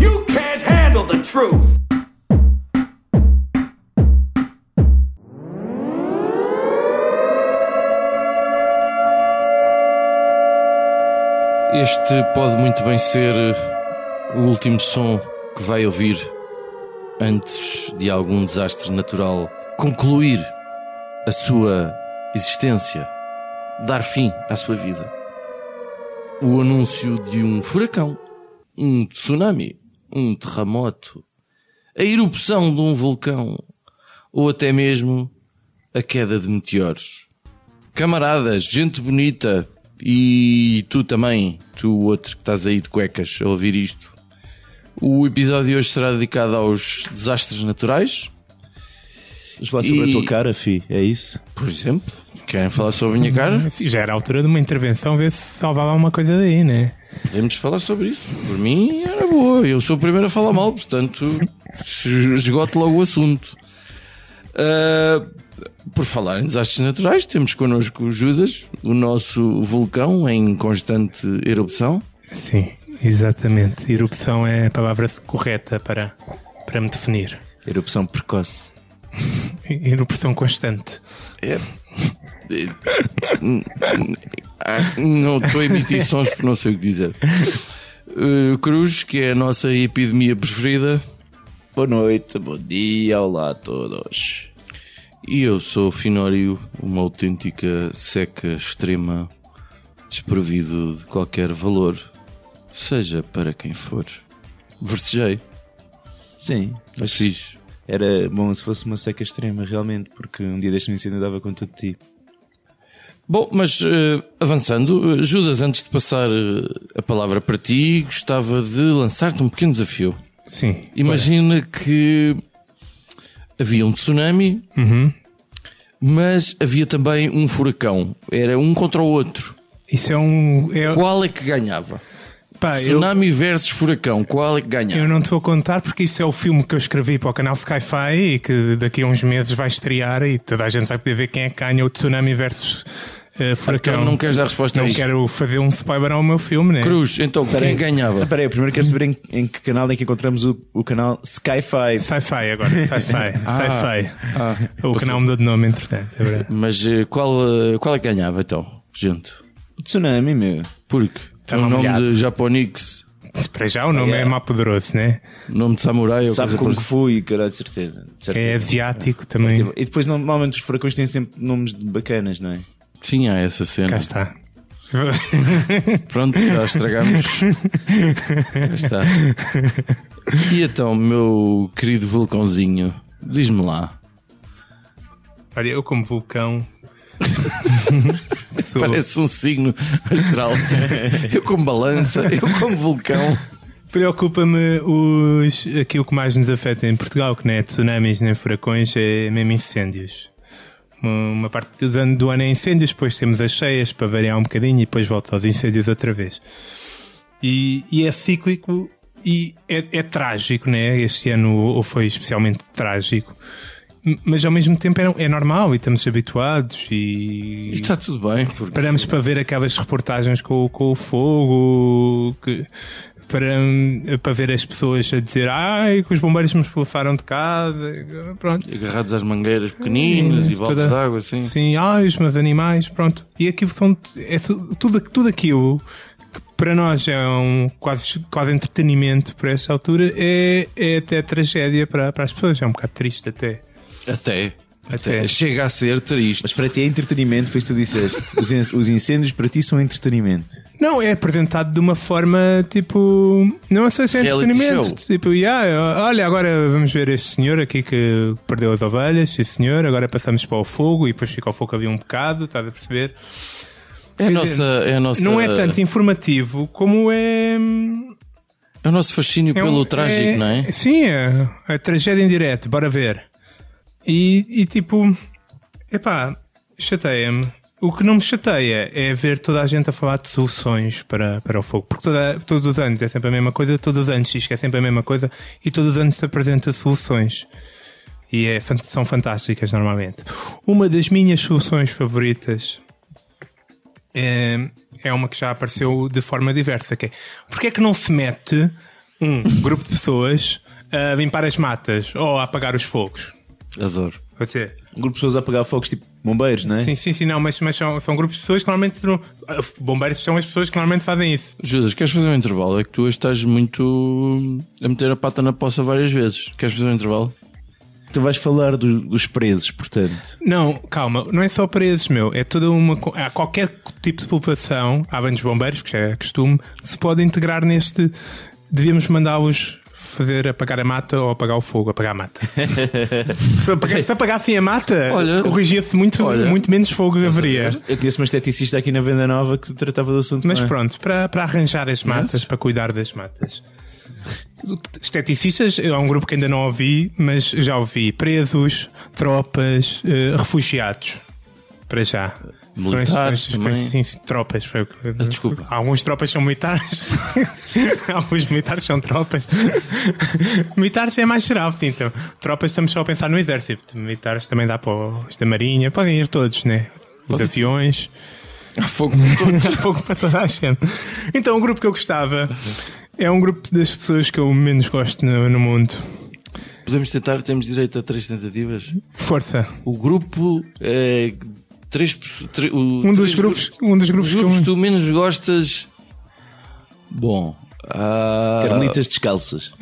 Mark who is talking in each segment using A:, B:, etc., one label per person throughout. A: You can't handle the truth.
B: Este pode muito bem ser eh, o último som que vai ouvir antes de algum desastre natural concluir a sua existência, dar fim à sua vida. O anúncio de um furacão, um tsunami, um terremoto, a erupção de um vulcão ou até mesmo a queda de meteoros. Camaradas, gente bonita e tu também, tu outro que estás aí de cuecas a ouvir isto. O episódio de hoje será dedicado aos desastres naturais,
C: Vamos falar sobre
B: E-
C: a tua cara, fi, é isso?
B: por exemplo. Querem falar sobre a minha cara?
D: Enfim, já era a altura de uma intervenção, ver se salvava uma coisa daí, né?
B: Podemos falar sobre isso. Por mim era boa. Eu sou o primeiro a falar mal, portanto esgoto logo o assunto. Ah, por falar em desastres naturais, temos connosco o Judas, o nosso vulcão em constante erupção.
D: Sim, exatamente. Erupção é a palavra correta para, para me definir.
C: Erupção precoce.
D: Erupção constante.
B: É. Ah, Não estou a emitir sons porque não sei o que dizer. Uh, Cruz, que é a nossa epidemia preferida,
C: Boa noite, bom dia, olá a todos.
B: e eu sou o Finório, uma autêntica seca extrema, desprovido de qualquer valor, seja para quem for. Versejei,
C: Sim, mas
B: fiz.
C: era bom se fosse uma seca extrema, realmente, porque um dia deste incêndio dava conta de ti.
B: Bom, mas eh, avançando, eh, Judas, antes de passar eh, a palavra para ti, gostava de lançar-te um pequeno desafio.
D: Sim.
B: Imagina que havia um tsunami,
D: Uhum.
B: mas havia também um furacão. Era um contra o outro.
D: Isso é um. é-
B: Qual é que ganhava?
D: pá, Ah, eu,
B: Tsunami versus furacão. Qual é que ganhava?
D: eu não te vou contar porque isso é o filme que eu escrevi para o canal Sky-Fi e que daqui a uns meses vai estrear e toda a gente vai poder ver quem é que ganha o Tsunami versus eh, Furacão.
B: Então não queres dar resposta a
D: Não
B: isto?
D: quero fazer um spoiler ao meu filme, né?
B: Cruz, então quem ganhava?
C: Espera aí, Ah, eu primeiro quero saber em, em que canal é que encontramos o, o canal Sky5.
D: Sci-Fi agora, Sci-Fi, Sci-Fi. o canal mudou de nome, entretanto, é verdade.
B: Mas eh, qual, eh, qual é que ganhava então, gente?
C: Tsunami, meu.
B: Porque
D: Tá
B: tem um nome
D: molhado.
B: de Japonix,
D: Se Para já o nome é
C: Yeah.
D: Mapa Poderoso, né?
B: nome de samurai ou
C: Sabe
B: coisa
C: como
B: por...
C: que fui, caralho, de certeza. De
D: É
C: certeza. Tipo,
D: asiático também.
C: E depois, normalmente, os furacões têm sempre nomes de bacanas, não é?
B: Sim, há essa cena.
D: Cá está.
B: Pronto, já estragamos. Já está. E então, meu querido vulcãozinho, diz-me lá.
D: Olha, eu como vulcão. sou,
B: Parece um signo astral. Eu como balança, eu como vulcão.
D: Preocupa-me os, aquilo que mais nos afeta em Portugal, que não é tsunamis nem furacões, é mesmo incêndios. Uma uma parte dos ano- do ano é incêndios, depois temos as cheias para variar um bocadinho e depois volta aos incêndios outra vez. E, e é cíclico e é, é trágico, né? Este ano ou foi especialmente trágico. M- Mas ao mesmo tempo é, é normal e estamos habituados e...
B: E está tudo bem, porque
D: Paramos para ver aquelas reportagens com, o- com o fogo, que, para, para ver as pessoas a dizer ai, que os bombeiros me expulsaram de casa, pronto.
B: agarrados às mangueiras pequeninas e baldes
D: Toda-
B: de água, assim.
D: Sim, ai, os meus animais, pronto. E aquilo são, é tu- tudo, tudo aquilo que para nós é um quase, quase entretenimento para esta altura, é, é até tragédia para, para as pessoas, é um bocado triste até.
B: Até,
D: Até.
B: Chega a ser triste.
C: Mas para ti é entretenimento, pois tu disseste. Os, in- os incêndios para ti são entretenimento.
D: Não, é apresentado de uma forma tipo. Não sei se é
B: Reality
D: entretenimento.
B: show.
D: Tipo, yeah, olha, agora vamos ver este senhor aqui que perdeu as ovelhas, este senhor, agora passamos para o fogo e depois fica o fogo ali um bocado, estás a perceber?
B: é, a
D: dizer,
B: nossa, é, a nossa,
D: Não é tanto informativo como é.
B: é o nosso fascínio
D: é um-
B: pelo trágico, não é?
D: Sim, é, é tragédia em direto, bora ver. E, e tipo, epá, chateia-me. O que não me chateia é ver toda a gente a falar de soluções para, para o fogo. Porque toda- todos os anos é sempre a mesma coisa, todos os anos diz que é sempre a mesma coisa e todos os anos se apresenta soluções. E é fan- são fantásticas normalmente. Uma das minhas soluções favoritas é, é uma que já apareceu de forma diversa, que é porque é que não se mete um grupo de pessoas a limpar as matas ou a apagar os fogos?
B: Adoro.
D: Ou seja,
C: Um grupo de pessoas a apagar fogos tipo bombeiros, não é?
D: Sim, sim, sim, não, mas, mas são, são grupos de pessoas que normalmente. não- Bombeiros são as pessoas que normalmente fazem isso.
B: Judas, queres fazer um intervalo? É que tu hoje estás muito hum, a meter a pata na poça várias vezes. Queres fazer um intervalo?
C: Tu vais falar do- dos presos, portanto.
D: Não, calma, não é só presos, meu. É toda uma. co- Há qualquer tipo de população, além dos bombeiros, que já é costume, se pode integrar neste. Devíamos mandá-los fazer apagar a mata ou apagar o fogo, apagar a mata. Apagar- se apagassem a mata,
B: Olha.
D: corrigia-se muito,
B: Olha.
D: muito menos fogo haveria.
C: Eu conheço uma esteticista aqui na Venda Nova que tratava do assunto.
D: Mas
C: não é?
D: pronto, para, para arranjar as
B: é
D: matas, para cuidar das matas. Esteticistas é um grupo que ainda não ouvi, mas já ouvi. Presos, tropas, eh, refugiados. Para já.
B: Militares também. Ah,
D: sim, sim, tropas. Foi, o que-
B: desculpa.
D: Alguns tropas são militares. Alguns militares são tropas. militares é mais geral, sim. Então. Tropas estamos só a pensar no exército. Militares também dá para os da marinha. Podem ir todos, né? Os aviões.
B: Há fogo por todos.
D: Há pouco para toda a gente. Então, o grupo que eu gostava é um grupo das pessoas que eu menos gosto no, no mundo.
B: Podemos tentar, temos direito a três tentativas.
D: Força.
B: O grupo é. Três, perso- tre- o-
D: Um dos
B: três
D: grupos, um dos
B: Os
D: grupos que eu.
B: grupos que tu menos gostas. Bom. ah,
C: Carlitas descalças.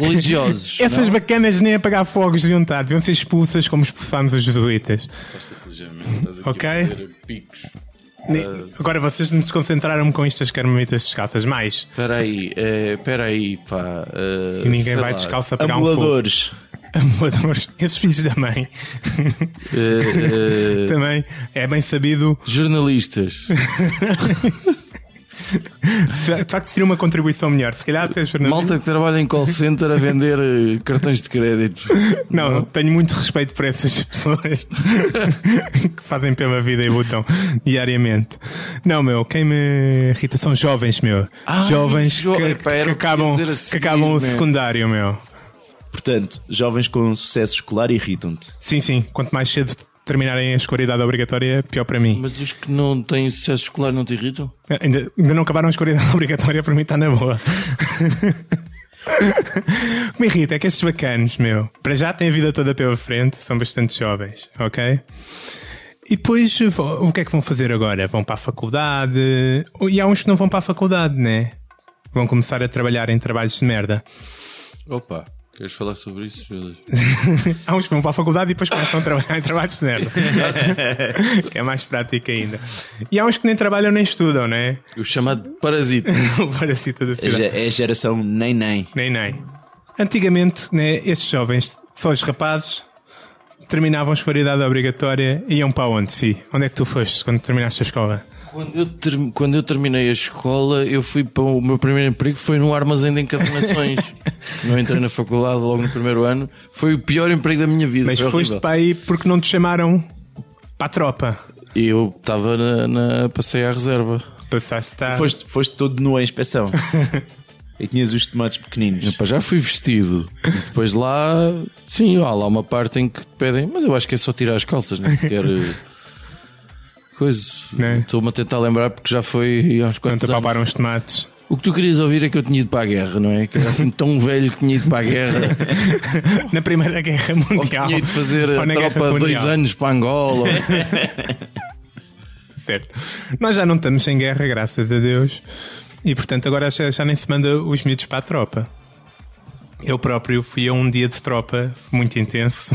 B: religiosos.
D: Essas
B: não?
D: bacanas nem apagar fogos deviam estar, deviam ser expulsas como expulsámos os jesuítas. Ok? Nem-
B: Ah.
D: Agora vocês nos concentraram com estas carmelitas descalças, mais.
B: Espera aí, eh, espera aí, pá. eh,
D: E ninguém
B: sei
D: vai
B: lá,
D: descalço a pegar um fogo.
C: Ambuladores.
D: Amuladores. Esses filhos da mãe.
B: eh, eh,
D: Também é bem sabido
B: jornalistas.
D: de facto seria uma contribuição melhor. Se calhar até jornalistas.
B: Malta que trabalha em call center a vender eh, cartões de crédito.
D: Não, tenho muito respeito por essas pessoas que fazem pela vida e lutam diariamente. Não, meu, quem me irrita são jovens, meu.
B: Ah,
D: jovens
B: jo-
D: que,
B: Epá, era
D: que
B: o que eu ia
D: acabam,
B: dizer a
D: que
B: seguir,
D: acabam
B: man.
D: o secundário, meu.
C: Portanto, jovens com sucesso escolar irritam-te.
D: Sim, sim, quanto mais cedo terminarem a escolaridade obrigatória, é pior para mim.
B: Mas os que não têm sucesso escolar não te irritam?
D: Ainda, ainda não acabaram a escolaridade obrigatória, para mim está na boa. O que Me irrita, é que estes bacanos, meu, para já têm a vida toda pela frente, são bastante jovens, ok? E depois, vão- o que é que vão fazer agora? Vão para a faculdade? Oh, E há uns que não vão para a faculdade, né? Vão começar a trabalhar em trabalhos de merda.
B: Opa, queres falar sobre isso, Judas?
D: Há uns que vão para a faculdade e depois começam a trabalhar em trabalhos de merda. que é mais prático ainda. E há uns que nem trabalham nem estudam, né?
B: O chamado parasita.
D: O parasita da
C: É
D: cidade.
C: ge- É a geração nem nem.
D: Nem, nem. Antigamente, né, estes jovens, só os rapazes, terminavam a escolaridade obrigatória e iam para onde, fi? Onde é que tu foste quando terminaste a escola?
B: Quando eu, ter- quando eu terminei a escola, eu fui para o meu primeiro emprego foi num armazém de encadernações. não entrei na faculdade logo no primeiro ano. Foi o pior emprego da minha vida.
D: Mas
B: foi
D: foste
B: horrível.
D: para aí porque não te chamaram para a tropa.
B: Eu estava na, na- passei à reserva.
D: Passaste a...
C: Foste, foste todo nu à inspeção. e tinhas os tomates pequeninos.
B: Pá, já fui vestido. E depois lá, sim, há lá uma parte em que pedem, mas eu acho que é só tirar as calças, nem sequer. eh, Coisa,
D: Né?
B: estou-me a tentar lembrar porque já foi há uns
D: Quando te
B: quantos anos.
D: apalparam os tomates.
B: O que tu querias ouvir é que eu tinha ido para a guerra, não é? Que eu era assim tão velho que tinha ido para a guerra.
D: Na Primeira Guerra
B: Ou
D: Mundial.
B: tinha ido fazer
D: Ou
B: a
D: na Guerra
B: tropa dois
D: Mundial.
B: anos para Angola.
D: Certo. Nós já não estamos em guerra, graças a Deus. E portanto agora já, já nem se manda os miúdos para a tropa. Eu próprio fui a um dia de tropa muito intenso.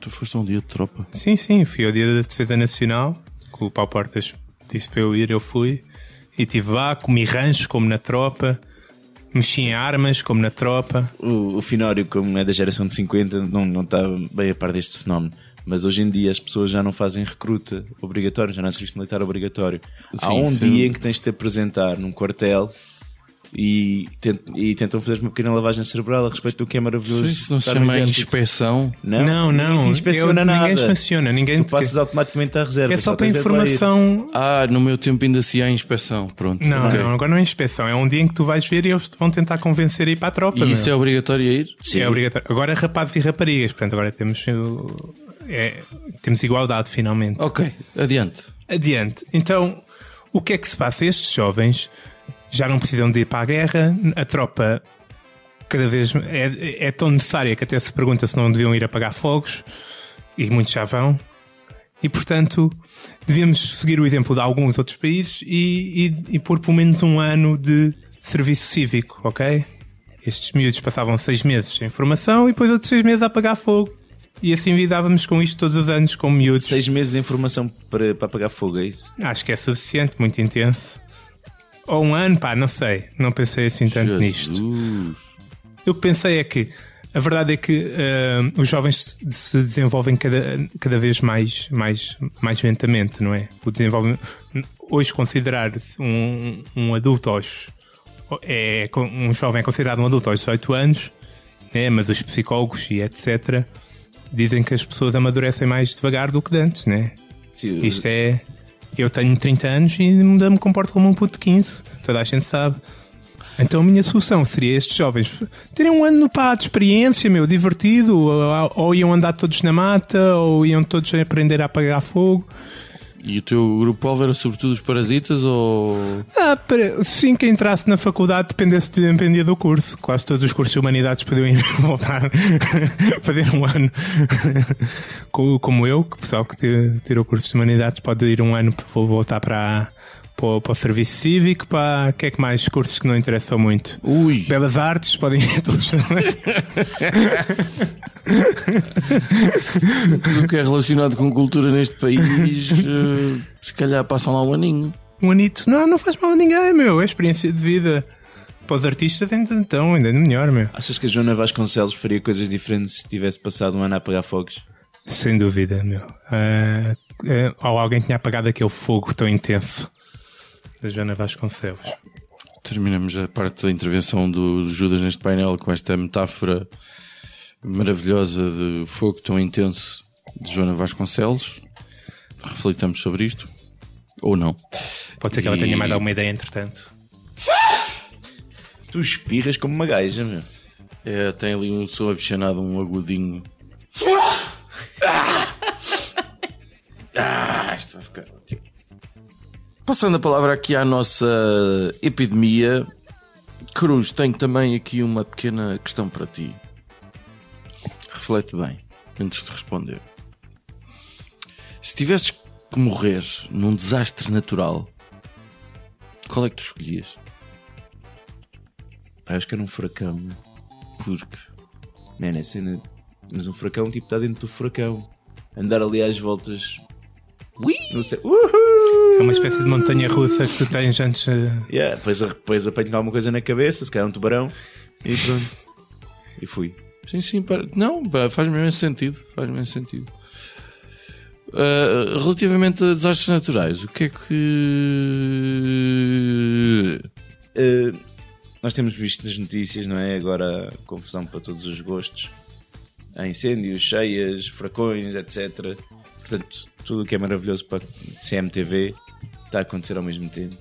B: tu foste um dia de tropa.
D: Sim, sim, fui ao dia da Defesa Nacional, que o Pau Portas disse para eu ir, eu fui. E estive lá, comi rancho como na tropa, mexi em armas como na tropa.
C: O, o Finório, como é da geração de 50, não, não está bem a par deste fenómeno. Mas hoje em dia as pessoas já não fazem recruta obrigatório, já não é serviço militar obrigatório. Há
B: Sim,
C: um
B: sim.
C: dia em que tens de te apresentar num quartel e, tent- e tentam fazer uma pequena lavagem cerebral a respeito do que é maravilhoso.
B: Isso não se
C: estar no
B: chama
C: exército.
B: inspeção.
D: Não, não.
C: Ninguém te inspeciona
D: Eu-
C: nada.
D: ninguém inspeciona, ninguém
C: Tu
D: te-
C: passas automaticamente à reserva.
D: É só para
C: tens de lá ir.
D: informação.
B: Ah, no meu tempo ainda se há inspeção. Pronto.
D: Não,
B: ok.
D: não, agora não é inspeção. É um dia em que tu vais ver e eles te vão tentar convencer a ir para a tropa.
B: E isso é obrigatório a ir?
C: Sim.
D: É obrigatório. Agora rapazes e raparigas, portanto, agora temos, uh, é, temos igualdade finalmente.
B: Ok, adiante.
D: Adiante. Então, o que é que se passa? Estes jovens já não precisam de ir para a guerra, a tropa cada vez é, é tão necessária que até se pergunta se não deviam ir apagar fogos, e muitos já vão. E portanto, devíamos seguir o exemplo de alguns outros países e, e, e pôr pelo menos um ano de serviço cívico, ok? Estes miúdos passavam seis meses em formação e depois outros seis meses a apagar fogo. E assim lidávamos com isto todos os anos, com miúdos.
C: Seis meses de informação para, para apagar fogo, é isso?
D: Acho que é suficiente, muito intenso. Ou um ano, pá, não sei. Não pensei assim tanto nisto.
B: Jesus.
D: Eu pensei é que a verdade é que ah, os jovens se- se desenvolvem cada, cada vez mais, mais, mais lentamente, não é? O desenvolvimento. Hoje considerar um, um adulto aos. É, con- um jovem é considerado um adulto aos 18 anos, né? mas os psicólogos e etc. dizem que as pessoas amadurecem mais devagar do que de antes, né?
C: Sim,
D: Isto é. Eu tenho 30 anos e ainda me comporto como um puto de 15. Toda a gente sabe. Então a minha solução seria estes jovens f- terem um ano pá, de experiência, meu, divertido. Ou, ou iam andar todos na mata, ou iam todos aprender a apagar fogo.
B: E o teu grupo-alvo era sobretudo os parasitas ou.
D: Ah, para, sim que entrasse na faculdade dependesse do dependia do curso. Quase todos os cursos de humanidades podiam ir voltar fazer um ano. como, como eu, que o pessoal que ti- tirou o curso de humanidades pode ir um ano para voltar para, para, o- para o serviço cívico, para o que é que mais cursos que não interessam muito.
B: Ui!
D: Belas artes, podem ir todos também.
B: Tudo o que é relacionado com cultura neste país, eh, se calhar passam lá um aninho.
D: Um anito, não, não faz mal a ninguém, meu. É experiência de vida. Para os artistas, ainda então, ainda melhor, meu.
C: Achas que a Joana Vasconcelos faria coisas diferentes se tivesse passado um ano a apagar fogos?
D: Sem dúvida, meu. Ah, ah, ou alguém tinha apagado aquele fogo tão intenso da Joana Vasconcelos.
B: Terminamos a parte da intervenção do Judas neste painel com esta metáfora maravilhosa de fogo tão intenso de Joana Vasconcelos. Reflitamos sobre isto. Ou não.
D: Pode ser que ela
B: E-
D: tenha mais alguma ideia, entretanto.
C: Tu espirras como uma gaja, meu.
B: É, tem ali um som abichanado, um agudinho. Ah, isto vai ficar ótimo. Passando a palavra aqui à nossa epidemia, Cruz, tenho também aqui uma pequena questão para ti. Reflete bem antes de responder. Se tivesses que morrer num desastre natural, qual é que tu escolhias?
C: Pá, acho que era um furacão, meu. Porque, mano, a cena. Mas um furacão, tipo, está dentro do furacão. Andar ali às voltas.
B: Ui!
C: Não sei. Uhul!
D: É uma espécie de montanha russa que tu tens antes. ah,
C: Yeah, depois, depois apanho alguma coisa na cabeça, se calhar um tubarão. E pronto. E fui.
B: Sim, sim, para- não, para- faz mesmo sentido, faz mesmo sentido. Ah, relativamente a desastres naturais, o que é que
C: Uh, nós temos visto nas notícias, não é? Agora confusão para todos os gostos. Há incêndios, cheias, furacões, etc. Portanto, tudo o que é maravilhoso para a CMTV está a acontecer ao mesmo tempo.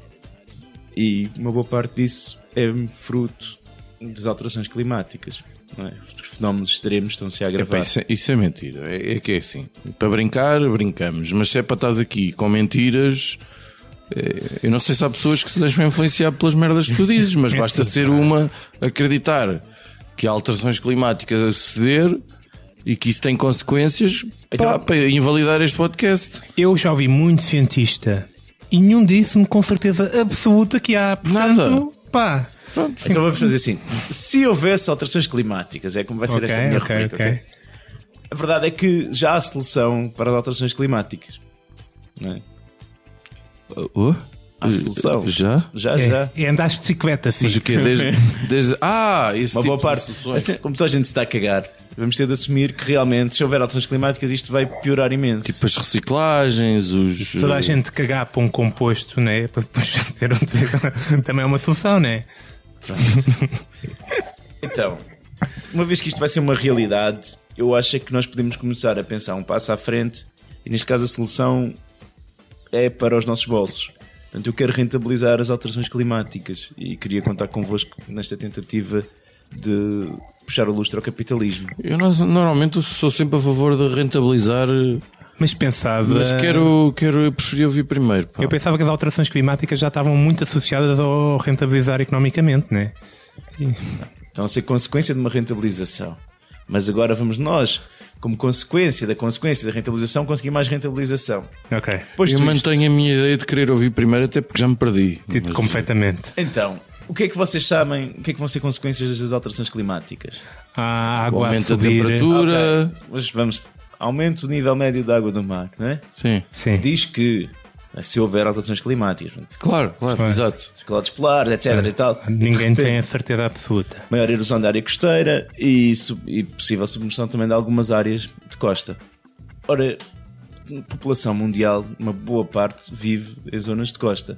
C: E uma boa parte disso é fruto das alterações climáticas. Não é? Os fenómenos extremos estão-se a agravar.
B: isso, é mentira, é, que é assim. Para brincar, brincamos, mas se é para estás aqui com mentiras, é, eu não sei se há pessoas que se deixam influenciar pelas merdas que tu dizes, mas basta ser uma acreditar que há alterações climáticas a suceder e que isso tem consequências pá, para invalidar este podcast.
D: Eu já ouvi muito cientista e nenhum disse-me com certeza absoluta que há. Portanto, pá.
C: Então vamos fazer assim: se houvesse alterações climáticas, é como vai ser
D: Ok,
C: esta minha
D: ok,
C: rubrica,
D: ok.
C: ok? A verdade é que já há solução para as alterações climáticas. Não é?
B: Oh?
C: Há solução.
B: Já?
C: Já, já.
D: É, é andar de bicicleta,
B: Mas o
D: filho.
B: quê? Desde, desde- ah, esse
C: Uma
B: tipo
C: boa parte.
B: de soluções.
C: Assim, como toda a gente se está a cagar, vamos ter de assumir que realmente, se houver alterações climáticas, isto vai piorar imenso.
B: Tipo as reciclagens, os. eh,
D: Se toda a um- gente cagar para um composto, né? Para depois ser utilizado, também é uma solução, né?
C: Então, uma vez que isto vai ser uma realidade, eu acho é que nós podemos começar a pensar um passo à frente e, neste caso, a solução é para os nossos bolsos. Portanto, eu quero rentabilizar as alterações climáticas e queria contar convosco nesta tentativa de puxar o lustre ao capitalismo.
B: Eu no- normalmente sou sempre a favor de rentabilizar, eh,
D: Mas pensava.
B: mas quero, quero, eu preferia ouvir primeiro. pá.
D: Eu pensava que as alterações climáticas já estavam muito associadas ao rentabilizar economicamente, né?
C: Estão Então, a ser consequência de uma rentabilização. Mas agora vamos nós, como consequência da consequência da rentabilização, conseguir mais rentabilização.
D: Ok.
C: Posto
B: Eu
C: isto-
B: mantenho a minha ideia de querer ouvir primeiro, até porque já me perdi.
D: Tito
B: Mas-
D: completamente.
C: Então, o que é que vocês sabem? O que é que vão ser consequências das alterações climáticas?
D: A
B: O
D: água a
B: aumento da
D: subir.
B: temperatura.
C: Ok, Mas vamos. Aumento do nível médio da água do mar, não é?
B: Sim.
D: Sim.
C: Diz que se houver alterações climáticas, portanto,
B: Claro, claro, exato.
C: escalados polares, etc. e tal,
D: Ninguém tem a certeza absoluta.
C: maior erosão da área costeira e, sub- e possível submersão também de algumas áreas de costa. Ora, a população mundial, uma boa parte, vive em zonas de costa.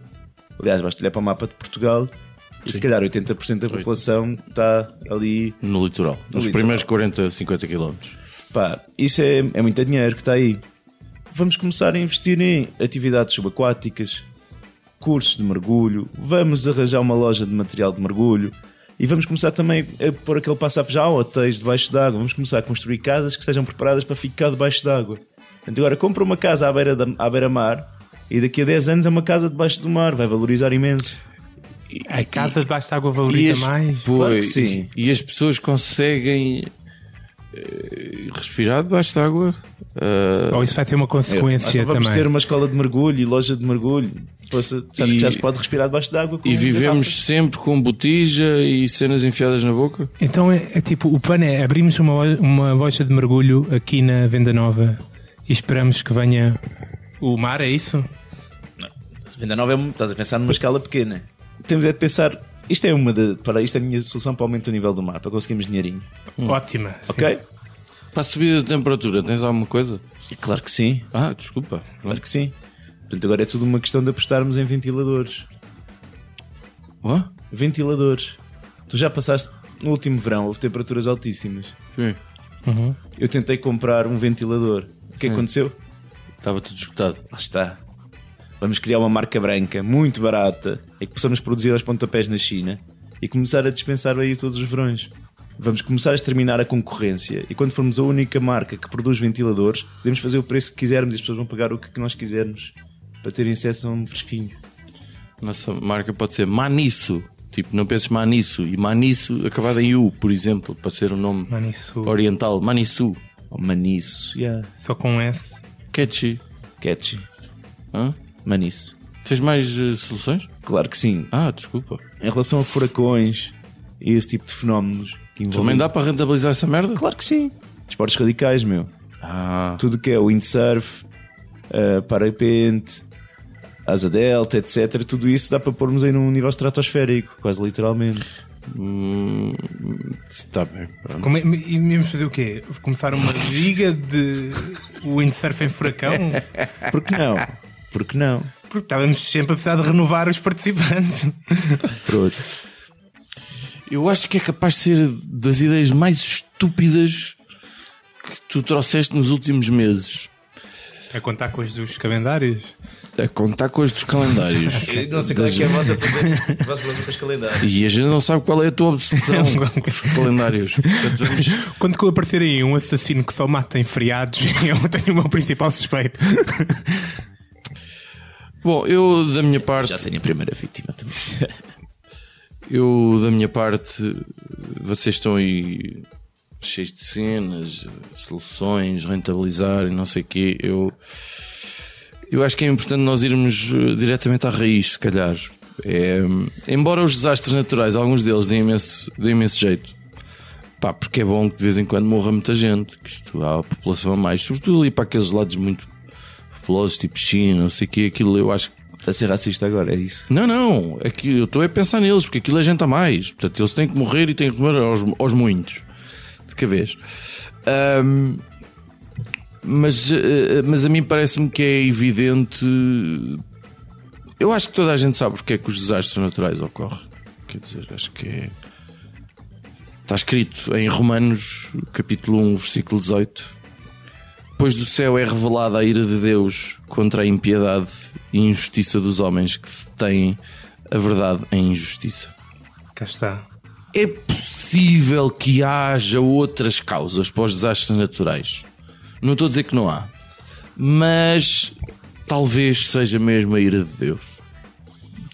C: Aliás, basta olhar para o mapa de Portugal e se calhar 80% da população está ali
B: No litoral. Nos
C: litoral.
B: primeiros 40, 50 quilómetros.
C: Pá, isso é, é muito dinheiro que está aí. Vamos começar a investir em atividades subaquáticas, cursos de mergulho, vamos arranjar uma loja de material de mergulho e vamos começar também a pôr aquele passo já hotéis debaixo d'água. Vamos começar a construir casas que estejam preparadas para ficar debaixo d'água. Portanto, agora compra uma casa à beira, da, à beira mar e daqui a 10 anos é uma casa debaixo do mar, vai valorizar imenso.
D: A casa debaixo de água valoriza
B: as-
D: mais.
B: pois,
C: Claro que sim.
B: E as pessoas conseguem eh, respirar debaixo de água? Ah,
D: Ou isso vai ter uma
C: Nós
D: consequência
C: não vamos
D: também.
C: ter uma escola de mergulho e loja de mergulho. Poxa, sabes
B: E-
C: que já se pode respirar debaixo d'água com
B: e
C: garrafas.
B: vivemos sempre com botija e cenas enfiadas na boca?
D: Então é, é tipo, o plano é abrimos uma, loja- uma loja de mergulho aqui na Venda Nova e esperamos que venha o mar, é isso?
C: Venda nova é, um- estás a pensar numa escala pequena. Temos é de pensar, isto é uma de, para isto é a minha solução para aumentar o nível do mar, para conseguirmos dinheirinho.
D: Ótima. sim.
C: Hum. Ok?
B: Para a subida de temperatura, tens alguma coisa?
C: E claro que sim,
B: Ah, desculpa.
C: claro que sim. Portanto, agora é tudo uma questão de apostarmos em ventiladores.
B: Hã?
C: Ventiladores. Tu já passaste no último verão, houve temperaturas altíssimas.
B: Sim.
C: Eu tentei comprar um ventilador. O que é que aconteceu?
B: Estava tudo escutado.
C: Lá está. Vamos criar uma marca branca muito barata e que possamos produzir aos pontapés na China e começar a dispensar aí todos os verões. Vamos começar a exterminar a concorrência e quando formos a única marca que produz ventiladores, podemos fazer o preço que quisermos e as pessoas vão pagar o que que nós quisermos para terem acesso a um fresquinho.
B: Nossa marca pode ser Manisso. Tipo, não penses Manisso. E Manisso acabado em U, por exemplo, para ser um nome
D: Maniçu.
B: oriental. Manissu.
C: Oh, maniço, yeah.
D: Só com um S.
B: Catchy.
C: Catchy.
B: Hã?
C: Maniço.
B: Tens mais eh, soluções?
C: Claro que sim.
B: Ah, desculpa.
C: Em relação a furacões e esse tipo de fenómenos que envolvem...
B: Também dá para rentabilizar essa merda?
C: Claro que sim. Esportes radicais, meu.
B: Ah,
C: tudo o que é windsurf, uh, parapente, asa delta, etc. Tudo isso dá para pormos aí num nível estratosférico, quase literalmente.
B: hum, está bem. pronto.
D: Como é- e íamos fazer o quê? Começar uma liga de windsurf em furacão?
C: Por que não? Por que não?
D: Porque estávamos sempre a precisar de renovar os participantes.
C: Pronto.
B: Eu acho que é capaz de ser das ideias mais estúpidas que tu trouxeste nos últimos meses.
D: A contar com os dos calendários?
B: A contar com as dos calendários.
C: Eu não sei qual é que é o vosso problema, o vosso problema com os calendários.
B: E a gente não sabe qual é a tua obsessão com os calendários. Portanto, vamos-
D: Quando que eu aparecer aí um assassino que só mata em feriados, eu tenho o meu principal suspeito.
B: Bom, eu da minha parte,
C: Já tenho a primeira vítima também.
B: eu da minha parte, vocês estão aí cheios de cenas, soluções, rentabilizar e não sei o quê. Eu Eu acho que é importante nós irmos eh, diretamente à raiz, se calhar. É, hum, embora os desastres naturais, alguns deles deem imenso, deem imenso jeito, pá, porque é bom que de vez em quando morra muita gente, que isto há a população a mais, sobretudo ali para aqueles lados muito populosos, tipo China, não sei o que, aquilo eu acho que.
C: A ser racista agora, é isso.
B: Não, não, aqui, eu estou a pensar neles, porque aquilo é gente a mais, portanto eles têm que morrer e têm que morrer aos, aos muitos, de cada vez. Hum, mas, eh, mas a mim parece-me que é evidente. Eu acho que toda a gente sabe porque é que os desastres naturais ocorrem. Quer dizer, acho que é. Está escrito em Romanos, capítulo 1, versículo 18. Pois do céu é revelada a ira de Deus contra a impiedade e injustiça dos homens que têm a verdade em injustiça.
D: Cá está.
B: É possível que haja outras causas para os desastres naturais. Não estou a dizer que não há, mas talvez seja mesmo a ira de Deus.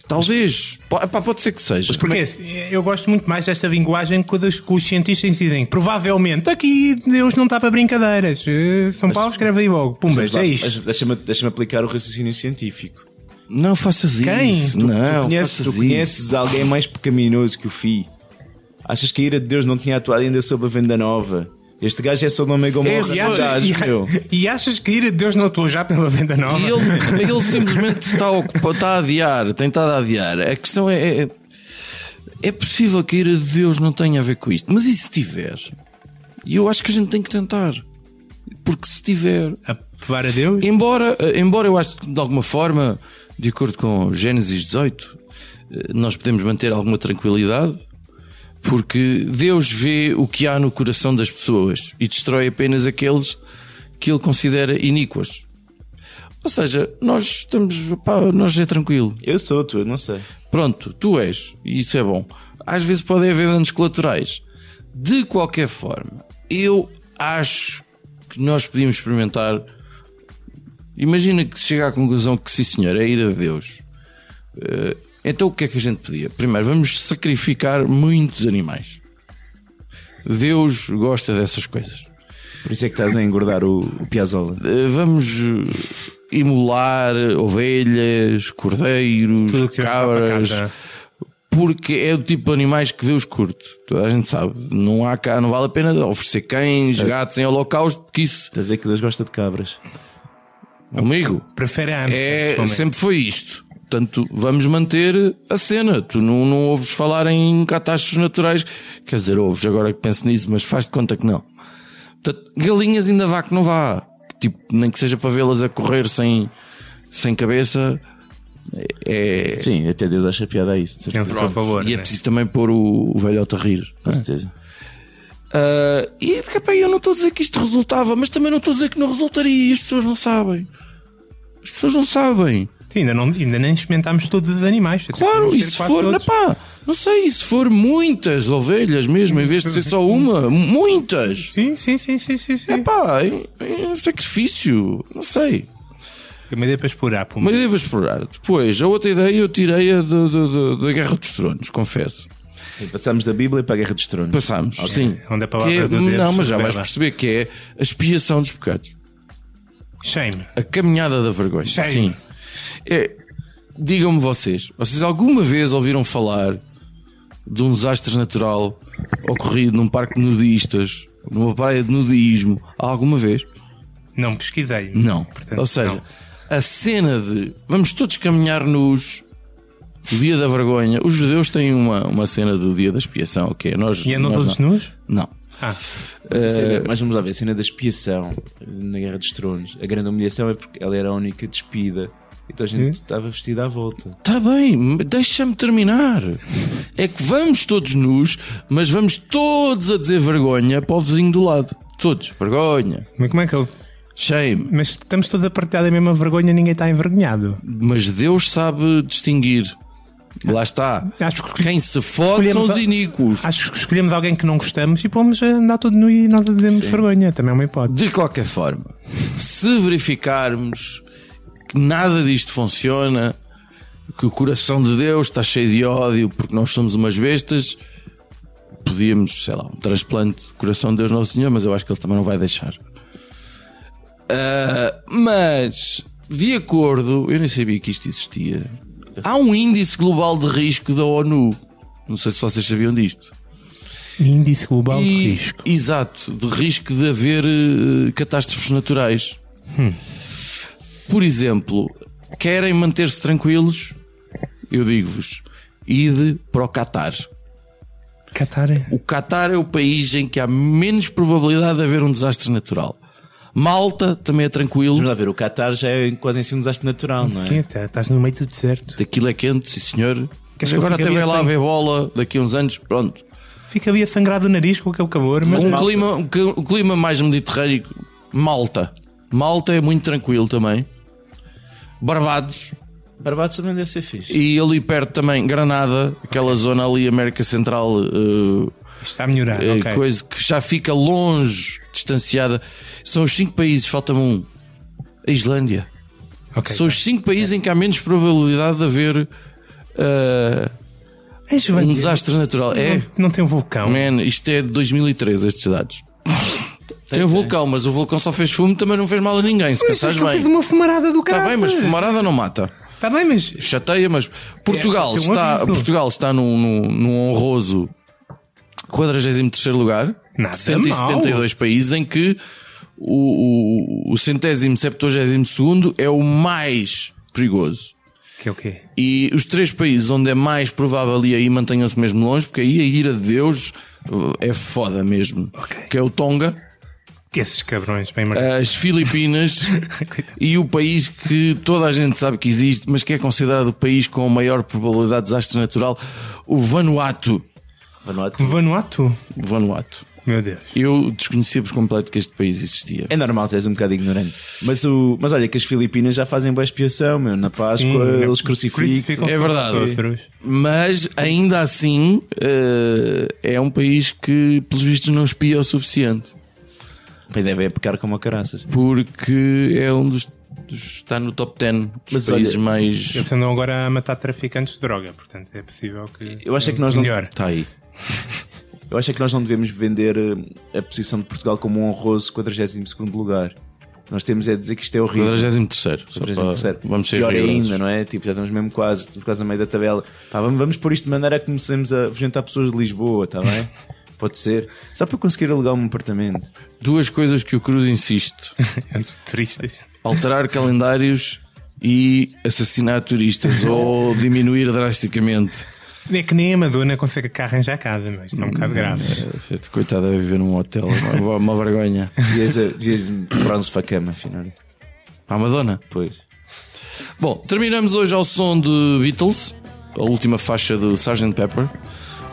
B: Talvez, Po- epá, pode ser que seja.
D: Porque assim, eu gosto muito mais desta linguagem que os, que os cientistas dizem. Provavelmente aqui Deus não está para brincadeiras. Eh, São Paulo escreve aí logo. Pumbas,
C: Mas lá,
D: é isto.
C: mas Deixa-me deixa aplicar o raciocínio científico.
B: Não faças
D: Quem?
B: isso.
D: Tu- tu
B: não,
C: Tu conheces,
B: faças
C: tu
B: isso.
C: conheces alguém mais pecaminoso que o Fi? Achas que a ira de Deus não tinha atuado ainda sobre a venda nova? Este gajo é Sodoma e Gomorra,
B: Esse-
C: este
B: E
D: achas-
C: gajo, meu.
D: e achas que ir a Deus não atuou já pela venda nova?
B: E ele, ele simplesmente está, ocupa, está a adiar, tem estado a adiar. A questão é, é. é possível que a ira de Deus não tenha a ver com isto, mas e se tiver? E eu acho que a gente tem que tentar. Porque se tiver.
D: A provar a Deus?
B: Embora, eh, embora eu acho que de alguma forma, de acordo com Gênesis 18, eh, nós podemos manter alguma tranquilidade, porque Deus vê o que há no coração das pessoas e destrói apenas aqueles que ele considera iníquos. Ou seja, nós estamos, pá, nós é tranquilo.
C: Eu sou, tu, eu não sei.
B: Pronto, tu és, e isso é bom. Às vezes podem haver danos colaterais. De qualquer forma, eu acho que nós podíamos experimentar. Imagina que se chega à conclusão que, sim senhor, é a ira de Deus. Eh, então o que é que a gente podia? Primeiro, vamos sacrificar muitos animais. Deus gosta dessas coisas.
C: Por isso é que estás a engordar o, o Piazzolla.
B: Eh, vamos eh, imolar ovelhas, cordeiros,
D: Tudo o que tiver tá? que levar para
B: cabras,
D: casa.
B: porque é o tipo de animais que Deus curte. Toda a gente sabe. Não há cá, não vale a pena oferecer cães,
D: É.
B: gatos em holocausto, porque isso,
C: Estás a dizer que Deus gosta de cabras.
B: amigo,
D: Prefere a
B: é,
D: ambos,
B: sempre foi isto. Portanto, vamos manter a cena. Tu não, não ouves falar em catástrofes naturais. Quer dizer, ouves agora que penso nisso, mas faz de conta que não. Portanto, galinhas ainda vá que não vá. Tipo, nem que seja para vê-las a correr sem, sem cabeça. É.
C: Sim, até Deus acha piada a isso, de
D: Não,
C: certeza.
D: por favor.
B: e é
D: né?
B: preciso também pôr o, o velhote a rir. não
C: Com
B: é?
C: certeza.
B: Ah, e epá, eu não estou a dizer que isto resultava, mas também não estou a dizer que não resultaria. E as pessoas não sabem. As pessoas não sabem.
D: Sim, ainda, não, ainda nem experimentámos todos os animais. Até podemos
B: Claro, e
D: ter
B: se
D: quase
B: for, na
D: todos.
B: pá, não sei, e se for muitas ovelhas mesmo, em vez de ser só uma, muitas.
D: Sim, sim, sim, sim, sim. sim.
B: É pá, é um sacrifício, não sei.
D: É uma ideia para explorar. Puma.
B: Uma ideia para explorar. Depois, a outra ideia eu tirei a da- da- da- da Guerra dos Tronos, confesso.
C: E Passamos da Bíblia para a Guerra dos Tronos.
B: Passamos, sim.
D: Onde a palavra
B: Que é-
D: do Deus
B: Não,
D: se
B: mas já vais
D: revela.
B: perceber que é a expiação dos pecados.
D: Shame.
B: A caminhada da vergonha.
D: Shame.
B: Sim. É, Digam-me vocês, vocês alguma vez ouviram falar de um desastre natural ocorrido num parque de nudistas, numa praia de nudismo? Alguma vez?
D: Não pesquisei.
B: Não.
D: Portanto,
B: Ou seja,
D: não.
B: a cena de vamos todos caminhar nus. O dia da vergonha, os judeus têm uma, uma cena do dia da expiação, que é nós.
D: E andam
B: nós
D: todos
B: não.
D: nus?
B: Não.
D: Ah,
C: Mas, a cena- Eh, mas vamos lá ver, a cena da expiação na Guerra dos Tronos. A grande humilhação é porque ela era a única despida. Então a gente estava vestida à volta.
B: Está Tá bem, mas deixa-me terminar. É que vamos todos nus, mas vamos todos a dizer vergonha para o vizinho do lado. Todos, vergonha,
D: mas como é que eu.
B: shame.
D: Mas estamos todos é a partilhar da mesma vergonha, ninguém está envergonhado.
B: Mas Deus sabe distinguir. Lá está.
D: Acho que
B: Quem se fode são
D: escolhemos
B: os
D: a-
B: iníquos.
D: Acho que escolhemos alguém que não gostamos e pomos a andar todo nu e nós a dizemos vergonha. Também é uma hipótese.
B: De qualquer forma, se verificarmos que nada disto funciona, que o coração de Deus está cheio de ódio porque nós somos umas bestas, podíamos, sei lá, um transplante de coração de Deus Nosso Senhor, mas eu acho que ele também não vai deixar. Ah, mas, de acordo, eu nem sabia que isto existia. Há um índice global de risco da ONU. Não sei se vocês sabiam disto.
D: Índice global de
B: E-
D: risco.
B: Exato, de risco de haver eh, catástrofes naturais.
D: Hum.
B: Por exemplo, querem manter-se tranquilos? Eu digo-vos, ide para o Qatar.
D: Catar.
B: O Qatar é o país em que há menos probabilidade de haver um desastre natural. Malta também é tranquilo.
C: Vamos lá ver, o Qatar já é quase em si um desastre natural, não é?
D: Sim, até estás no meio do deserto.
B: Aquilo é quente, sim senhor.
D: Queres
B: Mas
D: que eu
B: agora
D: fique
B: até
D: ali
B: vai
D: a
B: lá
D: sang-
B: ver bola daqui a uns anos, pronto.
D: Fica ali a sangrar do nariz com aquele calor, mas.
B: um, clima, um cli- um clima mais mediterrâneo, Malta. Malta é muito tranquilo também. Barbados
C: Barbados também deve ser fixe.
B: e ali perto também Granada, aquela zona ali, América Central, eh,
D: Isto está a melhorar,
B: eh,
D: ok.
B: coisa que já fica longe, distanciada. São os cinco países, falta-me um. A Islândia.
D: Ok.
B: São os cinco países em que há menos probabilidade de haver um eh,
D: É, Giovanni,
B: um desastre natural. É,
D: Não tem um vulcão.
B: man, isto é de 2013, estes dados. Tem, um vulcão, mas o vulcão só fez fumo, também não fez mal a ninguém, se
D: Mas é
B: pensares
D: que eu
B: bem.
D: fiz uma fumarada do caralho.
B: Está Tá bem, mas fumarada não mata.
D: Está bem, mas.
B: Chateia, mas Portugal
D: É, tem um
B: está,
D: aviso.
B: Portugal está num, num, num honroso 43 lugar
D: Nada
B: de 172 países em que o, o, o centésimo, septuagésimo segundo é o mais perigoso.
D: Que é o quê?
B: E os três países onde é mais provável e aí mantenham-se mesmo longe, porque aí a ira de Deus uh, é foda mesmo.
D: Ok.
B: Que é o Tonga,
D: Que esses cabrões, bem marcados.
B: as Filipinas
D: Coitado.
B: e o país que toda a gente sabe que existe, mas que é considerado o país com a maior probabilidade de desastre natural, o Vanuatu.
C: Vanuatu.
D: Vanuatu?
B: Vanuatu.
D: Meu Deus.
B: Eu desconhecia por completo que este país existia.
C: É normal, tu és um bocado ignorante. Mas, o, mas olha que as Filipinas já fazem boa expiação, meu. Na Páscoa
D: Sim,
C: eles crucificam.
B: É verdade.
D: Outros.
B: Mas ainda assim eh, é um país que, pelos vistos, não espia o suficiente.
C: Bem, devem pecar como a caraças.
B: Porque é um dos. dos- está no top 10 dos
C: Mas
B: países
C: olha,
B: mais.
D: Eles andam agora a matar traficantes de droga, portanto é possível que.
C: Eu acho é que nós não-
D: Melhor.
B: Está tá aí.
C: Eu acho é que nós não devemos vender eh, a posição de Portugal como um honroso 42 lugar. Nós temos é dizer que isto é horrível.
B: 43. só para-
C: 43º.
B: Vamos ser
C: Pior
B: rigorosos.
C: ainda, não é? Tipo, já estamos mesmo quase, estamos quase a meio da tabela. Pá, vamos, vamos pôr isto de maneira a que comecemos a apresentar pessoas de Lisboa, está bem? Pode ser. Só para eu conseguir alugar um apartamento.
B: Duas coisas que o Cruz insiste:
D: Os turistas.
B: alterar calendários e assassinar turistas ou diminuir drasticamente.
D: É que nem a Madonna consegue cá arranjar casa, mas isto é um
C: Hum,
D: bocado grave.
B: Coitada, a viver num hotel, uma, uma vergonha.
C: Devias, devias comprar um sofacama, afinal.
B: A Madonna.
C: Pois.
B: Bom, terminamos hoje ao som de Beatles, a última faixa do Sgt. Pepper,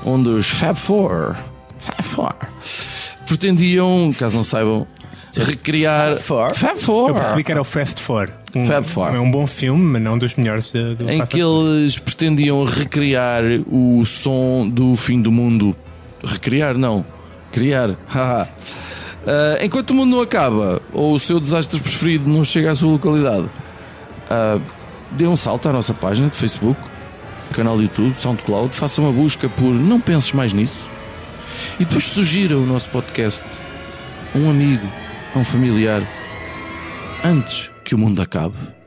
B: onde os Fab Four, Fab Four pretendiam, caso não saibam, recriar
C: Four.
B: Fab
D: Eu
B: Four,
D: percebi que era o Fast Four. Um,
B: Fab Four.
D: É um bom filme, mas não dos melhores do, do
B: em
D: Fast
B: que eles pretendiam recriar o som do fim do mundo. Recriar, não. Criar. haha. Ah, enquanto o mundo não acaba, ou o seu desastre preferido não chega à sua localidade, ah, dê um salto à nossa página de Facebook, canal do YouTube, SoundCloud, faça uma busca por Não Penses Mais Nisso e depois sugira o nosso podcast a um amigo, a um familiar, antes que o mundo acabe.